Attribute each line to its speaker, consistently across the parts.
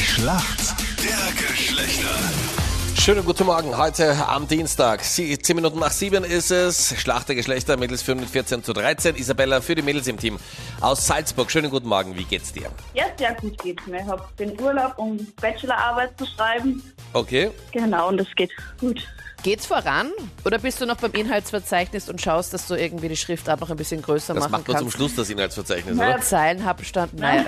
Speaker 1: Schlacht der Geschlechter.
Speaker 2: Schönen guten Morgen, heute am Dienstag. Sie, 10 Minuten nach 7 ist es. Schlacht der Geschlechter, Mädels 5 mit 14 zu 13. Isabella für die Mädels im Team aus Salzburg. Schönen guten Morgen, wie geht's dir?
Speaker 3: Ja, sehr gut geht's mir. Ich habe den Urlaub, um Bachelorarbeit zu schreiben.
Speaker 2: Okay.
Speaker 3: Genau, und es geht gut.
Speaker 4: Geht's voran? Oder bist du noch beim Inhaltsverzeichnis und schaust, dass du irgendwie die Schriftart noch ein bisschen größer
Speaker 2: Das
Speaker 4: machen
Speaker 2: macht man zum
Speaker 4: kannst?
Speaker 2: Schluss das Inhaltsverzeichnis,
Speaker 3: Ja.
Speaker 2: oder?
Speaker 4: Zeilenabstand? Naja.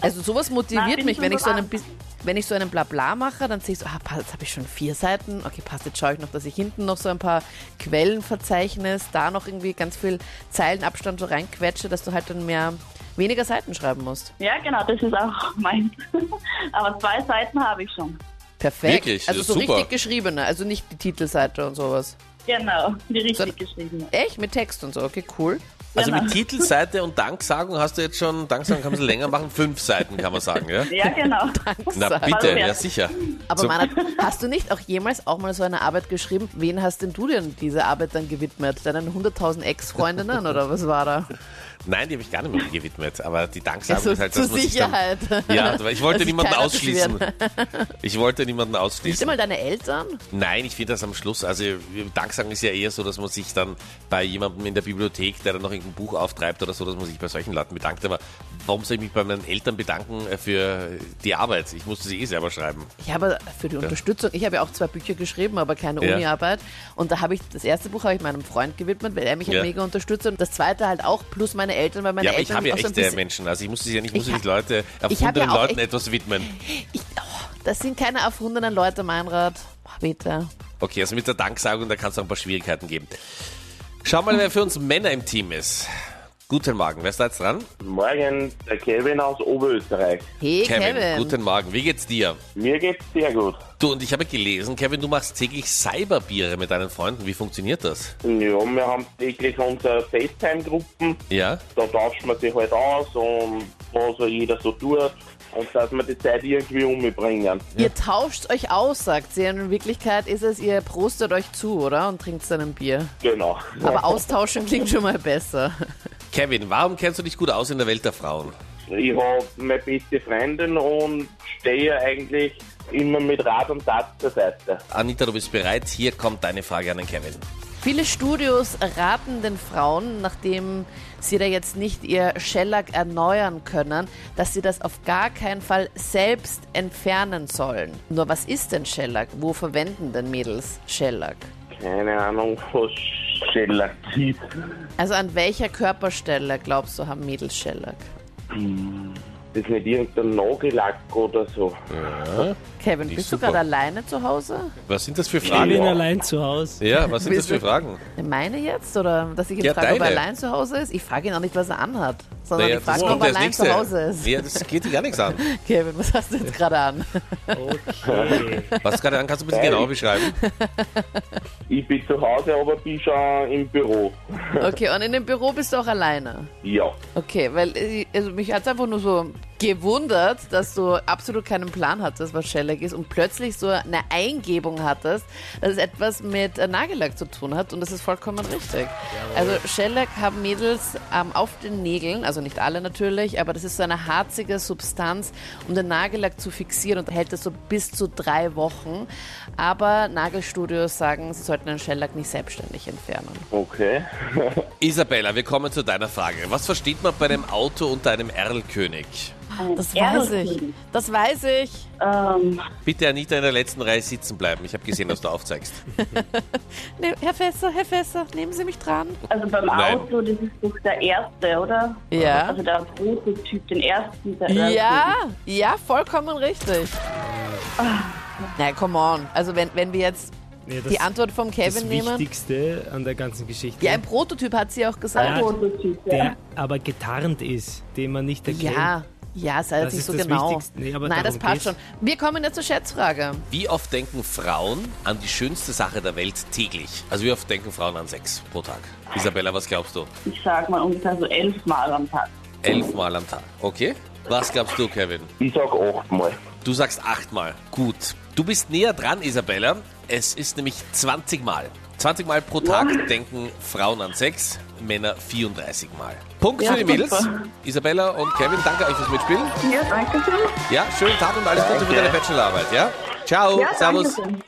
Speaker 4: Also sowas
Speaker 3: Nein,
Speaker 4: motiviert
Speaker 3: bin
Speaker 4: mich,
Speaker 3: ich
Speaker 4: wenn
Speaker 3: schon
Speaker 4: ich so einen
Speaker 3: dran.
Speaker 4: bis- wenn ich so einen Blabla mache, dann sehe ich so, ah, pa- jetzt habe ich schon vier Seiten. Okay, passt, jetzt schaue ich noch, dass ich hinten noch so ein paar Quellenverzeichnis, da noch irgendwie ganz viel Zeilenabstand so reinquetsche, dass du halt dann mehr weniger Seiten schreiben musst.
Speaker 3: Ja, genau, das ist auch meins. Aber zwei Seiten habe ich schon.
Speaker 4: Perfekt.
Speaker 2: Wirklich? Das
Speaker 4: Also
Speaker 2: ist
Speaker 4: so
Speaker 2: super.
Speaker 4: richtig geschriebene, also nicht die Titelseite und sowas.
Speaker 3: Genau, die richtig
Speaker 4: So-
Speaker 3: geschrieben.
Speaker 4: Echt? Mit Text und so, okay, cool.
Speaker 2: Also
Speaker 3: Genau.
Speaker 2: mit Titelseite und Danksagung hast du jetzt schon, Danksagung kann man sie länger machen, fünf Seiten kann man sagen, ja?
Speaker 3: Ja, genau.
Speaker 2: Na
Speaker 4: Sagen.
Speaker 2: bitte,
Speaker 3: Hallo,
Speaker 2: ja
Speaker 3: Herr.
Speaker 2: sicher.
Speaker 4: Aber
Speaker 2: So-
Speaker 4: Manat, hast du nicht auch jemals auch mal so eine Arbeit geschrieben? Wen hast denn du denn diese Arbeit dann gewidmet? Deinen 100.000 Ex-Freundinnen oder was war da?
Speaker 2: Nein, die habe ich gar nicht mehr gewidmet, aber die Danksagung
Speaker 4: Also
Speaker 2: ist halt,
Speaker 4: zur
Speaker 2: dass man sich dann,
Speaker 4: Sicherheit.
Speaker 2: Ja, weil ich wollte
Speaker 4: Dass sich
Speaker 2: niemanden
Speaker 4: keiner
Speaker 2: ausschließen. Ich wollte niemanden
Speaker 4: Nicht
Speaker 2: ausschließen.
Speaker 4: einmal deine Eltern?
Speaker 2: Nein, ich finde das am Schluss, also Danksagen ist ja eher so, dass man sich dann bei jemandem in der Bibliothek, der dann noch irgendein Buch auftreibt oder so, dass man sich bei solchen Leuten bedankt. Aber warum soll ich mich bei meinen Eltern bedanken äh, für die Arbeit? Ich musste sie eh selber schreiben.
Speaker 4: Ich habe für die Unterstützung, ich habe ja auch zwei Bücher geschrieben, aber keine
Speaker 2: Ja.
Speaker 4: Uni-Arbeit. Und da habe ich, das erste Buch habe ich meinem Freund gewidmet, weil er mich
Speaker 2: Ja.
Speaker 4: halt mega unterstützt. Und das zweite halt auch, plus meine Eltern, weil meine
Speaker 2: ja, aber ich
Speaker 4: Eltern
Speaker 2: habe ja
Speaker 4: auch so ein
Speaker 2: echte
Speaker 4: bisschen...
Speaker 2: Menschen. Also ich musste sie ja nicht, ich musste
Speaker 4: Ich
Speaker 2: nicht Leute,
Speaker 4: ich habe ja
Speaker 2: erfundenen
Speaker 4: auch
Speaker 2: Leuten
Speaker 4: echt-
Speaker 2: etwas widmen.
Speaker 4: Ich, oh, das sind keine erfundenen Leute, Meinrad. Oh, bitte.
Speaker 2: Okay, also mit der Danksagung, da kann es auch ein paar Schwierigkeiten geben. Schau mal, wer für uns Männer im Team ist. Guten Morgen, wer ist da jetzt dran?
Speaker 5: Morgen, der Kevin aus Oberösterreich.
Speaker 4: Hey, Kevin.
Speaker 2: guten Morgen, wie geht's dir?
Speaker 5: Mir geht's sehr gut.
Speaker 2: Du, und ich habe gelesen, Kevin, du machst täglich Cyberbiere mit deinen Freunden. Wie funktioniert das?
Speaker 5: Ja, wir haben täglich unsere FaceTime-Gruppen.
Speaker 2: Ja?
Speaker 5: Da tauscht man sich halt aus und was so jeder so tut. Und dass wir die Zeit irgendwie umbringen.
Speaker 4: Ihr tauscht euch aus, sagt sie. Und in Wirklichkeit ist es, ihr prostet euch zu, oder? Und trinkt dann ein Bier.
Speaker 5: Genau.
Speaker 4: Aber austauschen klingt schon mal besser.
Speaker 2: Kevin, warum kennst du dich gut aus in der Welt der Frauen?
Speaker 5: Ich habe meine beste Freundin und stehe ihr eigentlich immer mit Rat und Tat zur Seite.
Speaker 2: Anita, du bist bereit. Hier kommt deine Frage an den Kevin.
Speaker 4: Viele Studios raten den Frauen, nachdem sie da jetzt nicht ihr Shellack erneuern können, dass sie das auf gar keinen Fall selbst entfernen sollen. Nur was ist denn Shellack? Wo verwenden denn Mädels Shellack?
Speaker 5: Keine Ahnung, was Gelatin.
Speaker 4: Also an welcher Körperstelle, glaubst du, haben Mädels Shellack?
Speaker 5: Das ist nicht irgendein Nagellack oder so.
Speaker 4: Kevin,
Speaker 2: Die
Speaker 4: bist
Speaker 2: super.
Speaker 4: du gerade alleine zu Hause?
Speaker 2: Was sind das für
Speaker 6: Ich bin
Speaker 2: Fragen?
Speaker 6: allein zu Hause.
Speaker 2: Ja, was sind das für Fragen?
Speaker 4: Meine jetzt? Oder dass ich ihn
Speaker 2: Ja,
Speaker 4: frage, ob er
Speaker 2: deine.
Speaker 4: allein zu Hause ist? Ich frage ihn auch nicht, was er anhat, sondern ich frage,
Speaker 2: kommt
Speaker 4: ob er
Speaker 2: als
Speaker 4: allein zu
Speaker 2: Nächste.
Speaker 4: Hause ist.
Speaker 2: Ja, das geht dir gar nichts an.
Speaker 4: Kevin, was hast du jetzt gerade an?
Speaker 6: Okay.
Speaker 2: Was gerade an, kannst du ein bisschen
Speaker 5: Geil.
Speaker 2: genauer beschreiben?
Speaker 5: Ich bin zu Hause, aber bin schon im Büro.
Speaker 4: Okay, und in dem Büro bist du auch alleine.
Speaker 5: Ja.
Speaker 4: Okay, weil äh, also mich hat es einfach nur so gewundert, dass du absolut keinen Plan hattest, was Shellac ist und plötzlich so eine Eingebung hattest, dass es etwas mit äh, Nagellack zu tun hat und das ist vollkommen richtig. Also Shellac haben Mädels ähm, auf den Nägeln, also nicht alle natürlich, aber das ist so eine harzige Substanz, um den Nagellack zu fixieren und hält das so bis zu drei Wochen. Aber Nagelstudios sagen, sie sollten den Shellac nicht selbstständig entfernen.
Speaker 5: Okay.
Speaker 2: Isabella, wir kommen zu deiner Frage. Was versteht man bei einem Auto und einem Erlkönig?
Speaker 4: Das weiß ich.
Speaker 3: Erlkönig.
Speaker 4: Das weiß ich.
Speaker 3: Ähm,
Speaker 2: Bitte, Anita, in der letzten Reihe sitzen bleiben. Ich habe gesehen, dass du aufzeigst.
Speaker 4: Ne- Herr Fässer, Herr Fässer, nehmen Sie mich dran.
Speaker 3: also beim
Speaker 2: Nein.
Speaker 3: Auto, das ist doch der erste, oder?
Speaker 4: Ja.
Speaker 3: Also der Prototyp, den ersten. Der
Speaker 4: Ja, ja, vollkommen richtig. Na, come on. Also wenn, wenn wir jetzt
Speaker 6: Nee, das,
Speaker 4: die Antwort vom Kevin
Speaker 6: das
Speaker 4: nehmen.
Speaker 6: Wichtigste an der ganzen Geschichte,
Speaker 4: Ja, ein Prototyp hat sie auch gesagt. oh,
Speaker 6: Ja.
Speaker 3: Prototyp, ja.
Speaker 6: der aber getarnt ist, den man nicht erkennt.
Speaker 4: Ja, ja, sei jetzt
Speaker 6: Das
Speaker 4: nicht
Speaker 6: ist
Speaker 4: so
Speaker 6: das
Speaker 4: genau.
Speaker 6: Wichtigste. Nee, aber
Speaker 4: Nein, das
Speaker 6: darum
Speaker 4: passt
Speaker 6: geht's.
Speaker 4: schon. Wir kommen jetzt zur Schätzfrage.
Speaker 2: Wie oft denken Frauen an die schönste Sache der Welt täglich? Also wie oft denken Frauen an Sex pro Tag? Isabella, was glaubst du?
Speaker 3: Ich sag mal ungefähr so elfmal am Tag.
Speaker 2: Elfmal am Tag, okay? Was glaubst du, Kevin?
Speaker 5: Ich sag achtmal.
Speaker 2: Du sagst achtmal. Gut. Du bist näher dran, Isabella. Es ist nämlich 20 Mal. 20 Mal pro Tag denken Frauen an Sex, Männer 34 Mal. Punkt
Speaker 3: Ja,
Speaker 2: für die Mädels.
Speaker 3: super.
Speaker 2: Isabella und Kevin, danke euch fürs Mitspielen.
Speaker 3: Ja, danke schön.
Speaker 2: Ja, schönen Tag und alles Gute für deine
Speaker 5: Danke.
Speaker 2: Bachelorarbeit, ja? Ciao,
Speaker 3: Ja, danke
Speaker 2: servus.
Speaker 3: schön.